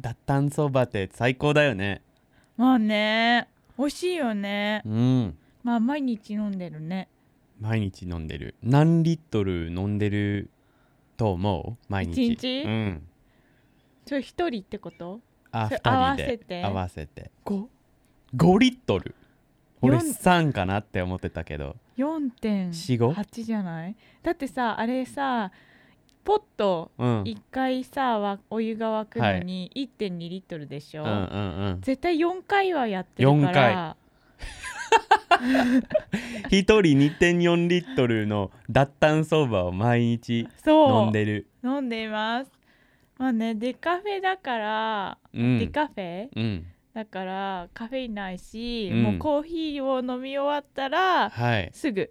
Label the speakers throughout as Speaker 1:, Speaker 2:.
Speaker 1: 脱炭そばって最高だよね
Speaker 2: まあね美味しいよね
Speaker 1: うん
Speaker 2: まあ毎日飲んでるね
Speaker 1: 毎日飲んでる何リットル飲んでると思う毎日
Speaker 2: 一日
Speaker 1: うん
Speaker 2: それ一人ってこと
Speaker 1: あ
Speaker 2: それ
Speaker 1: 2人で
Speaker 2: 合わせて
Speaker 1: 合わせて
Speaker 2: 5
Speaker 1: 5リットル俺
Speaker 2: 四
Speaker 1: 3かなって思ってたけど
Speaker 2: 4.8じゃないだってさあれさポット
Speaker 1: うん
Speaker 2: 1回さわお湯が沸くのに1.2リットルでしょ、
Speaker 1: うんうん
Speaker 2: 絶対4回はやってるから
Speaker 1: うん、1人2.4リットルの脱炭相場を毎日
Speaker 2: そう
Speaker 1: 飲んでる
Speaker 2: 飲んでいますまあねデカフェだから、
Speaker 1: う
Speaker 2: デ
Speaker 1: ん、
Speaker 2: カフェ
Speaker 1: うん、
Speaker 2: だからカフェインないし、
Speaker 1: うん
Speaker 2: もうコーヒーを飲み終わったら
Speaker 1: はい
Speaker 2: すぐ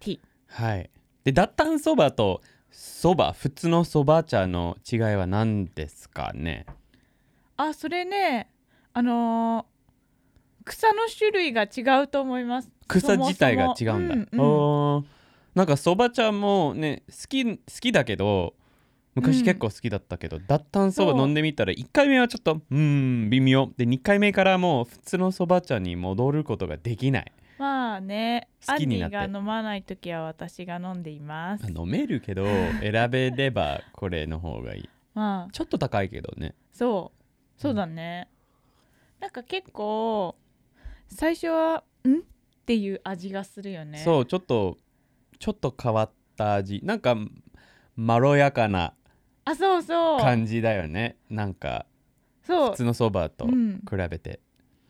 Speaker 2: ティー
Speaker 1: はいで脱炭そばとそば普通のそば茶の違いは何ですかね
Speaker 2: あそれねあのー草の種類が違うと思います
Speaker 1: 草自体が違うんだ
Speaker 2: そもそもうんうん
Speaker 1: おーなんかそば茶もね好き好きだけど
Speaker 2: う
Speaker 1: 昔
Speaker 2: ん
Speaker 1: 結構好きだったけど、脱炭そば
Speaker 2: そう
Speaker 1: 飲んでみたら1回目はちょっとうーん微妙で2回目からもう普通のそば茶に戻ることができ ない
Speaker 2: まあね
Speaker 1: 好
Speaker 2: ア
Speaker 1: き
Speaker 2: ン
Speaker 1: になっ
Speaker 2: ディ
Speaker 1: て
Speaker 2: が飲まない時は私が飲んでいます
Speaker 1: あ飲めるけど選べればこれの方がいい
Speaker 2: まあ
Speaker 1: ちょっと高いけどね
Speaker 2: そうそうだね、なんか結構最初はんっていう味がするよね
Speaker 1: そうちょっとちょっと変わった味なんかまろやかな
Speaker 2: あそうそう
Speaker 1: 感じだよねなんか
Speaker 2: そう
Speaker 1: 普通のそばと
Speaker 2: う
Speaker 1: 比
Speaker 2: ん、
Speaker 1: べて、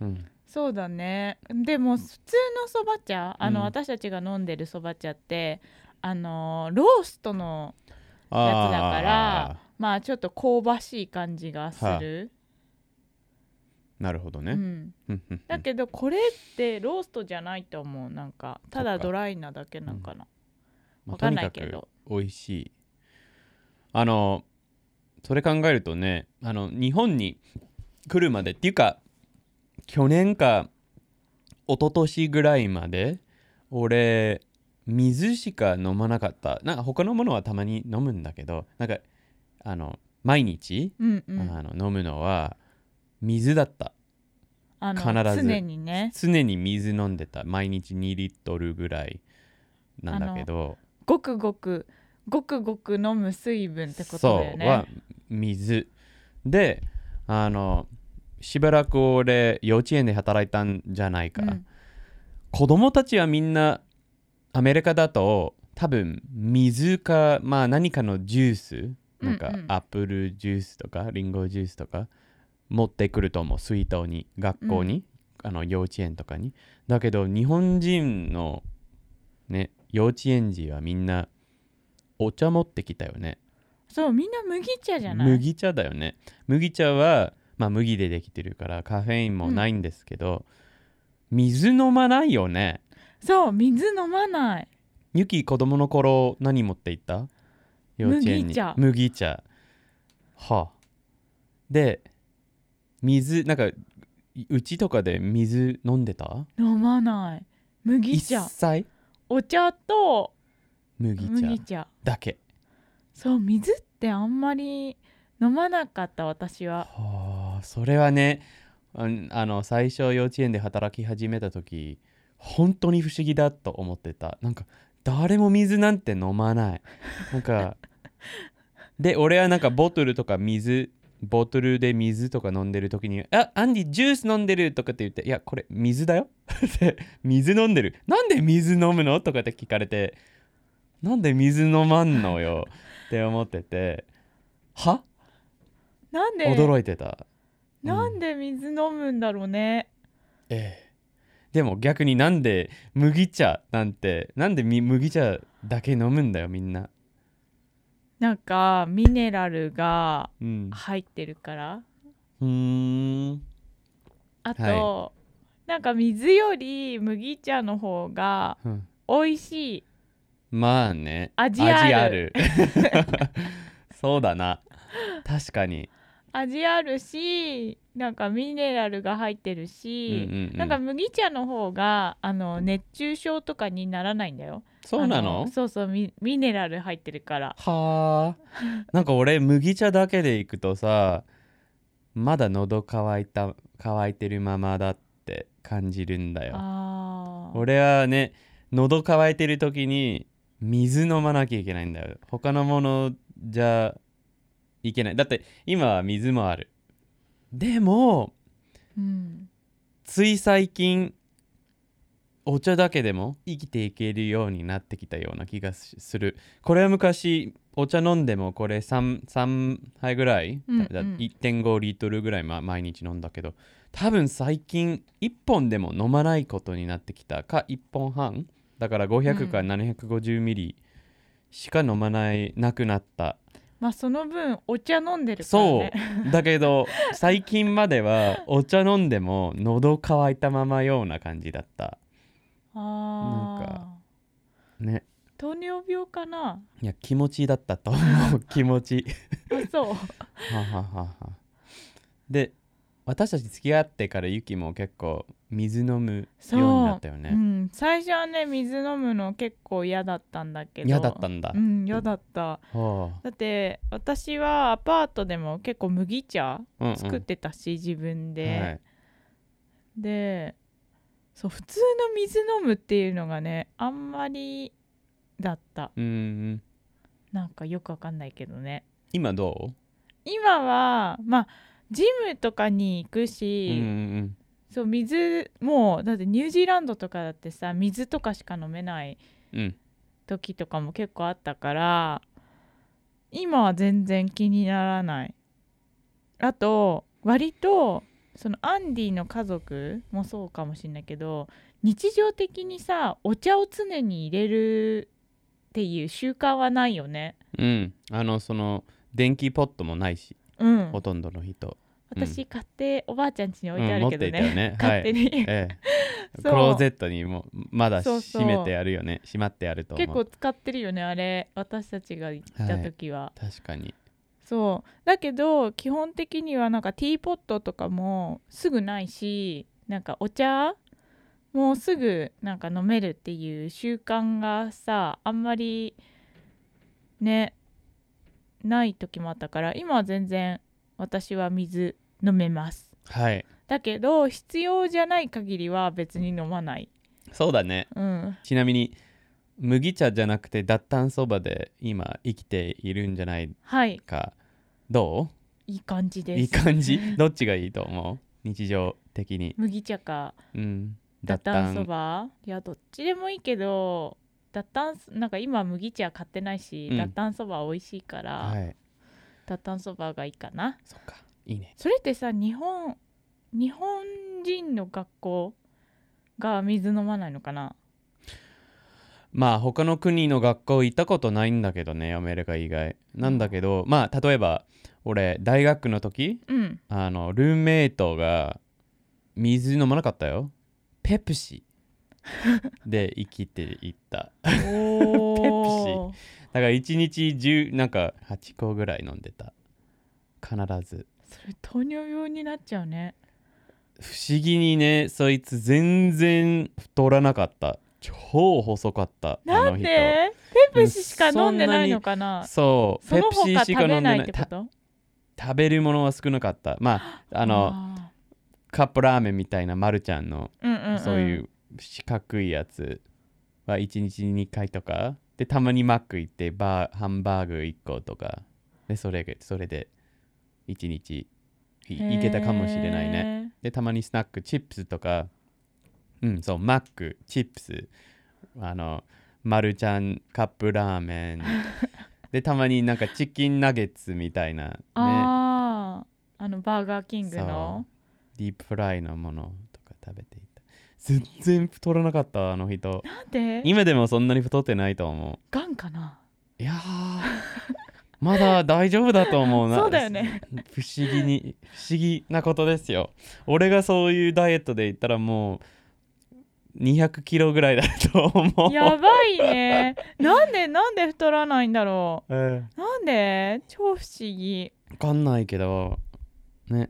Speaker 1: うん、
Speaker 2: そうだねでも普通のそば茶あの、
Speaker 1: うん
Speaker 2: 私たちが飲んでるそば茶ってあのローストのや
Speaker 1: あ
Speaker 2: つだ
Speaker 1: ー
Speaker 2: からまあちょっと香ばしい感じがする、
Speaker 1: なるほど
Speaker 2: う
Speaker 1: ね、
Speaker 2: ん、
Speaker 1: うんうんう
Speaker 2: だ
Speaker 1: ん
Speaker 2: けどこれってローストじゃないと思うなんかただドライなだけなんかな
Speaker 1: まあ
Speaker 2: わかんないけど
Speaker 1: とにかく美味しいあのそれ考えるとねあの日本に来るまでっていうか去年か一昨年ぐらいまで俺水しか飲まなかったなんか他のものはたまに飲むんだけどなんかあの毎日、
Speaker 2: うんうん、
Speaker 1: あの飲むのは水だった
Speaker 2: あの
Speaker 1: 必ず
Speaker 2: 常にね
Speaker 1: 常に水飲んでた毎日2リットルぐらいなんだけど
Speaker 2: ごくごくごくごく飲む水分ってことだよ
Speaker 1: そう
Speaker 2: ね
Speaker 1: は水であのしばらく俺幼稚園で働いたんじゃないか、
Speaker 2: うん
Speaker 1: 子供たちはみんなアメリカだと多分水かまあ何かのジュースなんか
Speaker 2: うんうん
Speaker 1: アップルジュースとかリンゴジュースとか持ってくると思う水筒に学校に、あの幼稚園とかにだけど日本人のね幼稚園児はみんなお茶持ってきたよね
Speaker 2: そうみんな麦茶じゃない
Speaker 1: 麦茶だよね麦茶は、まあ、麦でできてるからカフェインもないんですけど、水飲まないよね
Speaker 2: そう水飲まない
Speaker 1: ユキ子供の頃何持って行った幼稚園に
Speaker 2: 麦茶
Speaker 1: 麦茶はあで水なんかいうちとかで水飲んでた
Speaker 2: 飲まない麦
Speaker 1: 一
Speaker 2: 茶
Speaker 1: 切
Speaker 2: お茶と
Speaker 1: 麦茶
Speaker 2: 麦茶
Speaker 1: だけ
Speaker 2: そう水ってあんまり飲まなかった私は
Speaker 1: はあそれはねうんあの最初幼稚園で働き始めた時本当に不思議だと思ってたなんか誰も水なんて飲まないなんかで俺はなんかボトルとか水ボトルで水とか飲んでる時に「あアンディジュース飲んでる」とかって言って「いやこれ水だよ」 って「水飲んでる」「なんで水飲むの?」とかって聞かれて「なんで水飲まんのよ」って思ってて「は
Speaker 2: なんで
Speaker 1: 驚いてた。
Speaker 2: なんで水飲むんだろうね
Speaker 1: ええでも逆になんで麦茶なんてなんでみ麦茶だけ飲むんだよみんな
Speaker 2: なんかミネラルが
Speaker 1: うん
Speaker 2: 入ってるから
Speaker 1: うーん
Speaker 2: あと、
Speaker 1: は
Speaker 2: なんか水より麦茶の方が
Speaker 1: うん
Speaker 2: 美味しい
Speaker 1: まあね
Speaker 2: 味ある
Speaker 1: 味ある そうだな確かに、
Speaker 2: 味あるしなんかミネラルが入って
Speaker 1: う
Speaker 2: る
Speaker 1: んう
Speaker 2: し、
Speaker 1: んうん、
Speaker 2: なんか麦茶の方があの熱中症とかにならないんだよ
Speaker 1: そうな
Speaker 2: あ
Speaker 1: の
Speaker 2: そうそうミミネラル入ってるから
Speaker 1: はあなんか俺麦茶だけでいくとさまだ喉乾いた乾いてるままだって感じるんだよ
Speaker 2: あー
Speaker 1: 俺はね喉乾いてる時に水飲まなきゃいけないんだよ他のものじゃいけないだって今は水もあるでも
Speaker 2: うん
Speaker 1: つい最近お茶だけでも生きていけるようになってきたような気がしするこれは昔お茶飲んでもこれ 3, 3杯ぐらい、
Speaker 2: うんうん
Speaker 1: だ1.5リットルぐらい、ま、毎日飲んだけど多分最近1本でも飲まないことになってきたか1本半だから500か
Speaker 2: うん
Speaker 1: 750ミリしか飲まないなくなった
Speaker 2: まあその分お茶飲んでるから
Speaker 1: そ
Speaker 2: ね
Speaker 1: うだけど最近まではお茶飲んでも喉乾いたままような感じだった
Speaker 2: あ
Speaker 1: なん
Speaker 2: あ
Speaker 1: ね
Speaker 2: 糖尿病かない
Speaker 1: や気持ちだったと思う気持 ち
Speaker 2: あそう
Speaker 1: ははははで私たち付き合ってからユキも結構水飲むようになったよ
Speaker 2: う
Speaker 1: ね
Speaker 2: ん、最初はね水飲むの結構嫌だったんだけど
Speaker 1: 嫌だったんだ、
Speaker 2: うん嫌だった
Speaker 1: ほ
Speaker 2: だって私はアパートでも結構麦茶
Speaker 1: ううんうん
Speaker 2: 作ってたし、自分で、
Speaker 1: はい
Speaker 2: でそう普通の水飲むっていうのがねあんまりだった
Speaker 1: うんうん
Speaker 2: なんかよくわかんないけどね
Speaker 1: 今ど
Speaker 2: 今はまあジムとかに行
Speaker 1: う、
Speaker 2: く
Speaker 1: うんう
Speaker 2: し、
Speaker 1: ん
Speaker 2: そう水もうだってニュージーランドとかだってさ水とかしか飲めない
Speaker 1: うんうん
Speaker 2: 時とかも結構あったから今は全然気にならないあと割とそのアンディの家族もそうかもしれないけど日常的にさお茶を常に入れるっていう習慣はないよね
Speaker 1: うんあのその電気ポットもないし
Speaker 2: うん
Speaker 1: ほとんどの人、
Speaker 2: 私買っておばあちゃん家に
Speaker 1: う
Speaker 2: 置いてあ
Speaker 1: ん、
Speaker 2: る
Speaker 1: 持
Speaker 2: け
Speaker 1: っ
Speaker 2: ど
Speaker 1: ていた
Speaker 2: ね、
Speaker 1: よ ねは
Speaker 2: 勝
Speaker 1: い
Speaker 2: 手に、
Speaker 1: ええ、ク
Speaker 2: そう
Speaker 1: ローゼットにもまだ
Speaker 2: そうそう
Speaker 1: 閉めてあるよね閉まってあると思う
Speaker 2: 結構使ってるよねあれ私たちが行った時は、
Speaker 1: 確かに
Speaker 2: そうだけど基本的にはなんかティーポットとかもすぐないしなんかお茶もうすぐなんか飲めるっていう習慣がさあんまりねない時もあったから今は全然私は水飲めます
Speaker 1: はい
Speaker 2: だけど必要じゃない限りは別に飲まない
Speaker 1: そうだね
Speaker 2: うん
Speaker 1: ちなみに麦茶じゃなくて脱炭そばで今生きているんじゃない
Speaker 2: はい
Speaker 1: かど
Speaker 2: いい感じ
Speaker 1: う
Speaker 2: です
Speaker 1: いい感じ どっちがいいと思う日常的に、
Speaker 2: 麦茶か
Speaker 1: うん、
Speaker 2: 脱炭そばいやどっちでもいいけど脱炭そなんか今麦茶買ってないし、
Speaker 1: うん
Speaker 2: 脱炭そば美味しいから、
Speaker 1: はい
Speaker 2: 脱炭そばがいいかな
Speaker 1: そっかいいね
Speaker 2: それってさ日本日本人の学校が水飲まないのかな
Speaker 1: まあ他の国の学校行ったことないんだけどねアメリカ以外なんだけどまあ例えば俺大学の時
Speaker 2: うん
Speaker 1: あのルームメイトが水飲まなかったよペプシで生きていった
Speaker 2: おー
Speaker 1: だから1日10なんか8個ぐらい飲んでた必ず
Speaker 2: それ糖尿病になっちゃうね
Speaker 1: 不思議にねそいつ全然太らなかった超細かったあ
Speaker 2: な
Speaker 1: の
Speaker 2: ん
Speaker 1: 人
Speaker 2: でペプシしか飲んでないのかな
Speaker 1: そう
Speaker 2: その
Speaker 1: ペプシ
Speaker 2: 他
Speaker 1: し
Speaker 2: 食
Speaker 1: か飲
Speaker 2: べ
Speaker 1: んでな
Speaker 2: な
Speaker 1: いい
Speaker 2: ってこと
Speaker 1: た食べるものは少なかったまああの
Speaker 2: あ
Speaker 1: カップラーメンみたいなマルちゃんの
Speaker 2: ーうんうんん
Speaker 1: そういう四角いやつは1日に2回とかでたまにマック行ってバーハンバーグ1個とかでそれがそれで1日いいけたかもしれないね
Speaker 2: ね
Speaker 1: でたまにスナックチップスとかうんそうマックチップスあのマルちゃんカップラーメ ンでたまになんかチキンナゲッツみたいなね
Speaker 2: あああのバーガーキングの
Speaker 1: ディープフライのものとか食べていた全然太らなかったあの人
Speaker 2: なんで
Speaker 1: 今でもそんなに太ってないと思
Speaker 2: ガンかな
Speaker 1: ういやーまだ大丈夫だと思うな
Speaker 2: そうだよね
Speaker 1: 不思議に不思議なことですよ俺がそういうダイエットで言ったらもう200キロぐらいだと思う
Speaker 2: やば いねなんでなんで太らないんだろ
Speaker 1: うん
Speaker 2: うなんで超不思議
Speaker 1: わかんないけどね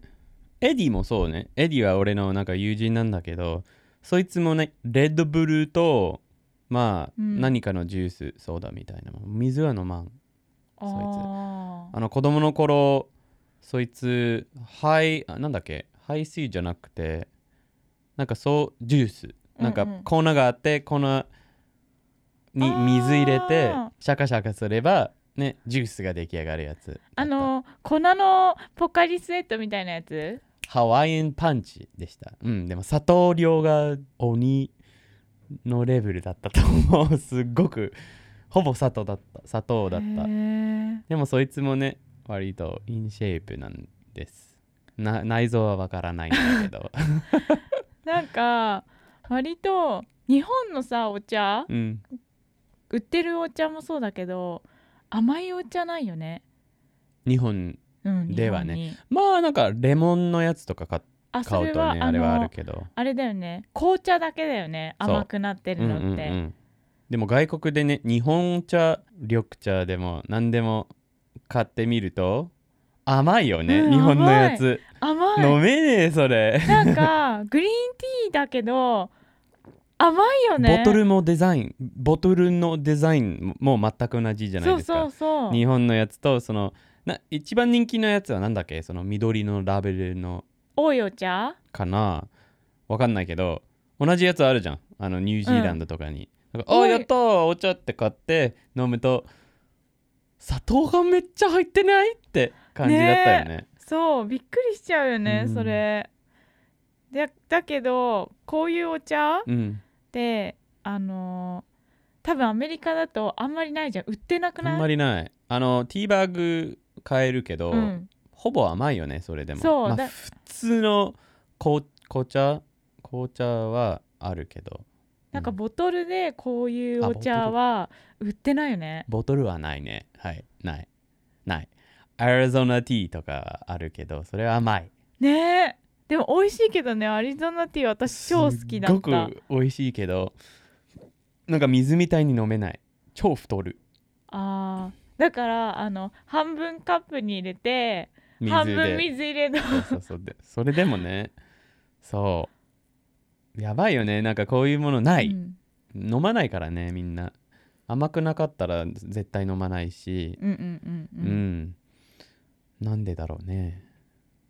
Speaker 1: エディもそうねエディは俺のなんか友人なんだけどそいつもねレッドブルーとまあ、
Speaker 2: うん
Speaker 1: 何かのジュースソーダみたいなもん水は飲まん
Speaker 2: あー
Speaker 1: あの子供の頃そいつハイあなんだっけ排水じゃなくてなんかそうジュースなんか
Speaker 2: うんうん
Speaker 1: 粉があって粉に水入れて
Speaker 2: あー
Speaker 1: シャカシャカすればねジュースが出来上がるやつ
Speaker 2: あの粉のポカリスエットみたいなやつ
Speaker 1: ハワイアンパンチでしたうんでも砂糖量が鬼のレベルだったと思うすっごくほぼ砂糖だった砂糖だっ
Speaker 2: へ
Speaker 1: た
Speaker 2: ー
Speaker 1: でもそいつもね割とインシェイプなんですな内臓はわからないんだけ ど
Speaker 2: なんか割と日本のさお茶
Speaker 1: うん
Speaker 2: 売ってるお茶もそうだけど甘いお茶ないよね、
Speaker 1: 日本
Speaker 2: うん、
Speaker 1: ではね
Speaker 2: 日本に
Speaker 1: まあなんかレモンのやつとか買
Speaker 2: あそ
Speaker 1: 買
Speaker 2: れ
Speaker 1: うと
Speaker 2: は
Speaker 1: ね
Speaker 2: あ
Speaker 1: あれはある
Speaker 2: の
Speaker 1: けど
Speaker 2: あれだよね紅茶だけだよね
Speaker 1: そう
Speaker 2: 甘くなってるのって、
Speaker 1: うんうんうんでも外国でね日本茶緑茶でも何でも買ってみると甘いよね、
Speaker 2: うん
Speaker 1: 日本のやつ、
Speaker 2: 甘い
Speaker 1: 飲めねえそれ、
Speaker 2: なんかグリーンティーだけど甘いよね
Speaker 1: ボトルもデザインボトルのデザインも全く同じじゃないですか
Speaker 2: そうそうそう
Speaker 1: 日本のやつとそのな一番人気のやつはなんだっけその緑のラベルの
Speaker 2: 多いお茶
Speaker 1: かなわかんないけど同じやつあるじゃんあのニュージーランドとかに、なんかあ
Speaker 2: おい
Speaker 1: やったーお茶って買って飲むと砂糖がめっちゃ入ってないって感じだったよね
Speaker 2: そうびっくりしちゃうよね、
Speaker 1: うん
Speaker 2: それでだけどこういうお茶っ
Speaker 1: うん
Speaker 2: てあのー多分アメリカだとあんまりないじゃん売ってなくない
Speaker 1: あんまりないあのティーバーグ買えるけど、
Speaker 2: うん、
Speaker 1: ほぼ甘いよねそれでも
Speaker 2: そう
Speaker 1: まあ
Speaker 2: だ
Speaker 1: 普通の紅紅茶紅茶はあるけど
Speaker 2: なんか
Speaker 1: うん
Speaker 2: ボトルでこういうお
Speaker 1: あ
Speaker 2: 茶
Speaker 1: ボトル
Speaker 2: は売ってないよね
Speaker 1: ボトルはないねはいないないアリゾナティーとかはあるけどそれは甘い
Speaker 2: ねえでも美味しいけどねアリゾナティー私超好きだ
Speaker 1: す
Speaker 2: っ
Speaker 1: ったごく美味しいけどなんか水みたいに飲めない超太る
Speaker 2: あーだからあの半分カップに入れて
Speaker 1: 水で
Speaker 2: 半分水入れの
Speaker 1: そうそうそうでそれでもねそうやばいよねなんかこういうものない、
Speaker 2: うん
Speaker 1: 飲まないからねみんな甘くなかったら絶対飲まないし
Speaker 2: うんうん
Speaker 1: う
Speaker 2: う
Speaker 1: んん、
Speaker 2: うん
Speaker 1: なんでだろうね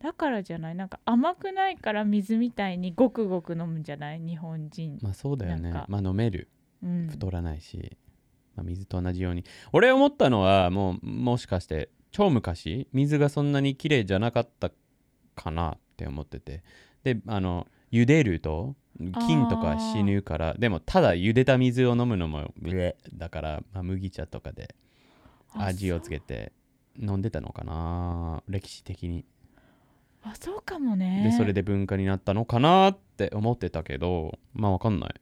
Speaker 2: だからじゃないなんか甘くないから水みたいにごくごく飲むんじゃない日本人、
Speaker 1: まあそうだよね
Speaker 2: なんか
Speaker 1: まあ飲める
Speaker 2: うん、
Speaker 1: 太らないし、まあ、水と同じように俺思ったのはもうもしかして超昔水がそんなに綺麗じゃなかったかなって思っててであの茹でると菌とか死ぬからでもただ茹でた水を飲むのもブレだから、まあ、麦茶とかで味をつけて飲んでたのかな歴史的に
Speaker 2: あそうあそうかもね
Speaker 1: でそれ
Speaker 2: で
Speaker 1: で文化になったのかなって思ってたけどまあわかんない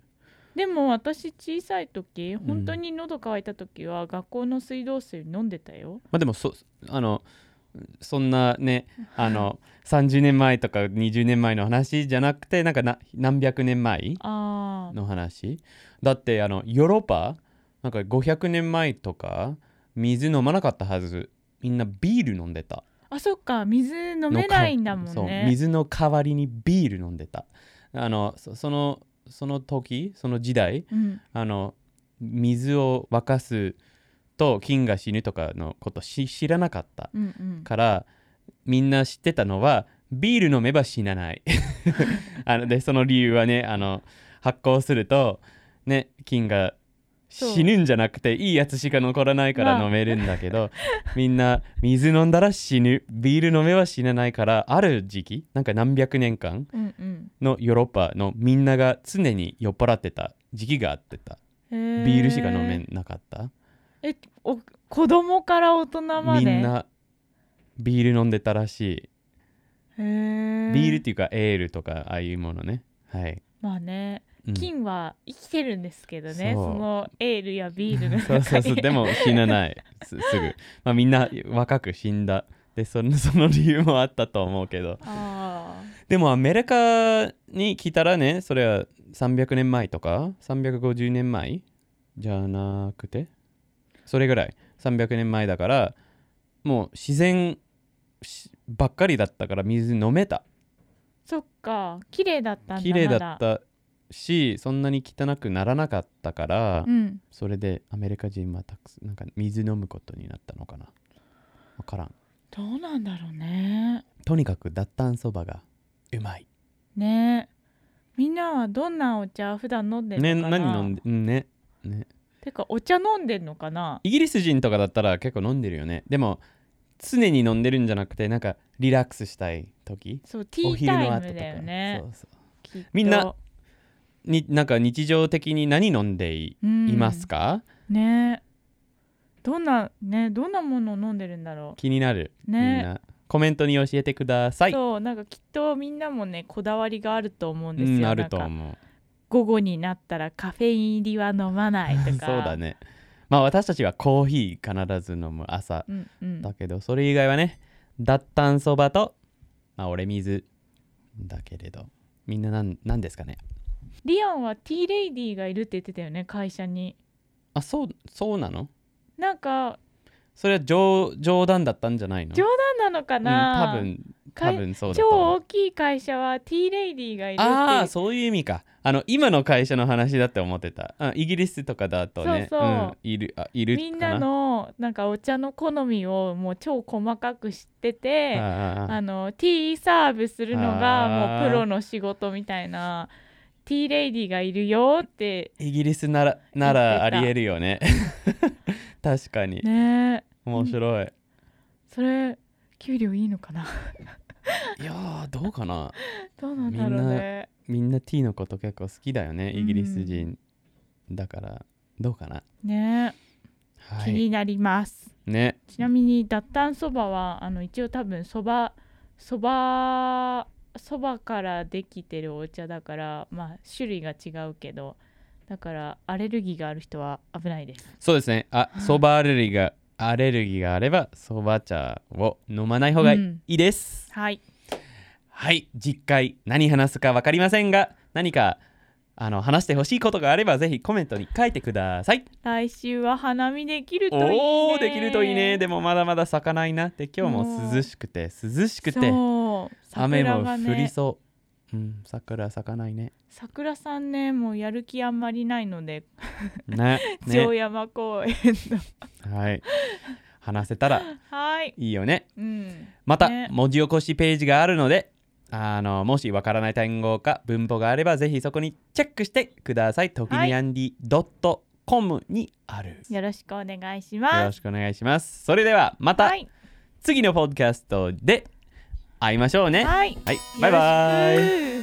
Speaker 2: も私小さい時本当に喉乾いた時は学校の水道水飲んでたよ、
Speaker 1: まあでもそあのそんな ねあの30年前とか20年前の話じゃなくてなんかな何百年前
Speaker 2: あー
Speaker 1: の話だってあのヨーロッパなんか500年前とか水飲まなかったはずみんなビール飲んでた
Speaker 2: あそっか水飲めないんだもん
Speaker 1: そう
Speaker 2: ね
Speaker 1: 水の代わりにビール飲んでたあのそそのその時その時代
Speaker 2: うん、
Speaker 1: あの水を沸かすと菌が死ぬとかのことし知らなかった
Speaker 2: うんうん
Speaker 1: からみんな知ってたのはビール飲めば死なない あのでその理由はねあの発酵するとね菌が
Speaker 2: そう
Speaker 1: 死ぬんじゃなくていいやつしか残らないか
Speaker 2: ま
Speaker 1: ら
Speaker 2: あ
Speaker 1: 飲めるんだけど、みんな水飲んだら死ぬビール飲めば死なないからある時期なんか何百年間
Speaker 2: うんうん
Speaker 1: のヨーロッパのみんなが常に酔っ払ってた時期があってた
Speaker 2: へー
Speaker 1: ビールしか飲めなかった
Speaker 2: えお子供から大人ま
Speaker 1: み
Speaker 2: で
Speaker 1: んなビール飲んでたらしい
Speaker 2: へー
Speaker 1: ビールっていうかエールとかああいうものね。はい。
Speaker 2: まあね
Speaker 1: うん
Speaker 2: 菌は生きてるんですけどね、
Speaker 1: そう
Speaker 2: そのエールやビールの 中
Speaker 1: そう
Speaker 2: に
Speaker 1: そうそう。でも死なない。すすぐ。まあみんな若く死んだ。でその その理由もあったと思うけど。
Speaker 2: あ
Speaker 1: でもアメリカに来たらね、それは300年前とか350年前じゃなくて、それぐらい300年前だから、もう自然しばっかりだったから水飲めた。
Speaker 2: ーそっか綺麗だったんだ
Speaker 1: 綺麗だ
Speaker 2: ま
Speaker 1: ったし、そんなに汚くならなかったから。
Speaker 2: うん
Speaker 1: それでアメリカ人はたくさんなんか水飲むことになったのかなわからん
Speaker 2: どうなんだろうね
Speaker 1: とにかく脱炭そばがうまい
Speaker 2: ねみんなはどんなお茶普段飲んでる
Speaker 1: ね
Speaker 2: のかな、
Speaker 1: 何飲んでうんねね
Speaker 2: てかお茶飲んでんのかな
Speaker 1: イギリス人とかだったら結構飲んでるよねでも常に飲んでるんじゃなくてなんかリラックスしたい時
Speaker 2: そうティ
Speaker 1: お
Speaker 2: ー
Speaker 1: 昼の
Speaker 2: タイ
Speaker 1: 後
Speaker 2: ム
Speaker 1: とか
Speaker 2: だよね
Speaker 1: そうそう
Speaker 2: きっと
Speaker 1: みんなになんか日常的に何飲んでい,、
Speaker 2: うん
Speaker 1: ますか
Speaker 2: ねどんなねどんなものを飲んでるんだろ
Speaker 1: 気になる、
Speaker 2: う
Speaker 1: みん
Speaker 2: ね
Speaker 1: なコメントに教えてください
Speaker 2: そうなんかきっとみんなもねこだわりがあると思うん
Speaker 1: う
Speaker 2: ですよ、
Speaker 1: ん、あると
Speaker 2: なんか
Speaker 1: 思う
Speaker 2: 午後になったらカフェイン入りは飲まないと か
Speaker 1: そうだねまあ私たちはコーヒー必ず飲む朝
Speaker 2: うんうん
Speaker 1: だけどそれ以外はね脱炭そばとまあ俺水だけれどみんななんなんですかね
Speaker 2: リアンはティーレイディーがいるって言ってたよね会社に
Speaker 1: あそうそうなの
Speaker 2: なんか
Speaker 1: それは冗冗談だったんじゃないの
Speaker 2: 冗談なのか
Speaker 1: うん
Speaker 2: な、
Speaker 1: 多分
Speaker 2: か
Speaker 1: 多
Speaker 2: い
Speaker 1: 分そうだ
Speaker 2: 超
Speaker 1: と思う
Speaker 2: 大きい会社はティーレイディーがいるって
Speaker 1: ああそういう意味かあの今の会社の話だって思ってた、うん、イギリスとかだとね、
Speaker 2: そうそうん
Speaker 1: いるあいるか
Speaker 2: みんなのなんかお茶の好みをもう超細かく知って
Speaker 1: あ
Speaker 2: て
Speaker 1: あああ
Speaker 2: あのティーサーブするの
Speaker 1: あー
Speaker 2: がもうプロの仕事みたいなティーレイディーがいるよって
Speaker 1: イギリスならならあ
Speaker 2: 言ってた
Speaker 1: りえるよね 確かに
Speaker 2: ね
Speaker 1: 面白い
Speaker 2: それ給料いいのかな
Speaker 1: いやーどうかな
Speaker 2: どうなんだろうね
Speaker 1: みんな T のこと結構好きだよねイギリス人、だからどうかな
Speaker 2: ね
Speaker 1: は
Speaker 2: 気
Speaker 1: い
Speaker 2: になります、
Speaker 1: ね
Speaker 2: ちなみに脱炭そばはあの一応多分そばそばそばからできてるお茶だからまあ種類が違うけどだからアレルギーがある人は危ないです
Speaker 1: そうですねあそばアレルギーがアレルギーがあればそば茶を飲まない方がい
Speaker 2: うん
Speaker 1: いです、
Speaker 2: はい
Speaker 1: はい実回何話すか分かりませんが何かあの話してほしいことがあればぜひコメントに書いてください
Speaker 2: 来週は花見できるといいね
Speaker 1: おおできるといいねでもまだまだ咲かないなって今日も涼しくて涼しくて
Speaker 2: そう
Speaker 1: 雨
Speaker 2: 桜
Speaker 1: も
Speaker 2: が
Speaker 1: 降り
Speaker 2: ね
Speaker 1: そう、うん桜咲かないね
Speaker 2: 桜さんねもうやる気あんまりないので、
Speaker 1: ね
Speaker 2: 城
Speaker 1: ね
Speaker 2: 山公園の
Speaker 1: はい話せたら
Speaker 2: はい
Speaker 1: いいよね
Speaker 2: うん
Speaker 1: また、
Speaker 2: ね
Speaker 1: 文字起こしページがあるのであのもしわからない単語か文法があればぜひそこにチェックしてください。とき
Speaker 2: はい
Speaker 1: にアンディ .com にある、
Speaker 2: よろしくお願いし
Speaker 1: よ
Speaker 2: ま
Speaker 1: ろ
Speaker 2: す
Speaker 1: しくお願いします。それではまた
Speaker 2: はい、
Speaker 1: 次のポッドキャストで会いましょうね。
Speaker 2: はい、
Speaker 1: はい、バイバイ。
Speaker 2: イ